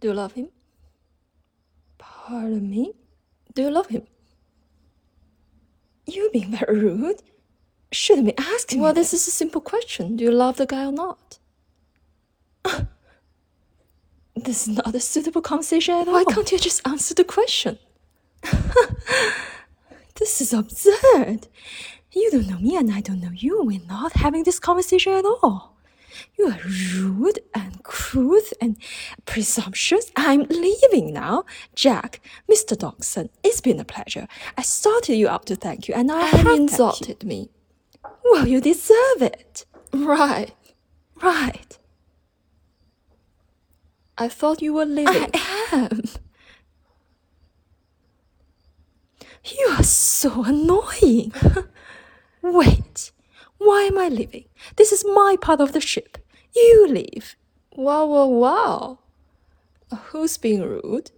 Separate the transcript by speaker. Speaker 1: Do you love him? Pardon me? Do you love him? You've been very rude. Shouldn't be asking. Well, me this is a simple question. Do you love the guy or not? This is not a suitable conversation at all. Why can't you just answer the question? This is absurd. You don't know me and I don't know you. We're not having this conversation at all. You are rude and cruel and presumptuous. I'm leaving now. Jack, Mr. Dawson, it's been a pleasure. I started you out to thank you and I have
Speaker 2: thanked you.
Speaker 1: insulted me. Well, you deserve it. Right. Right. I thought you were leaving. I am. You are so annoying. Wait, why am I leaving? This is my part of the ship. You leave. Wow, wow, wow. Who's being rude?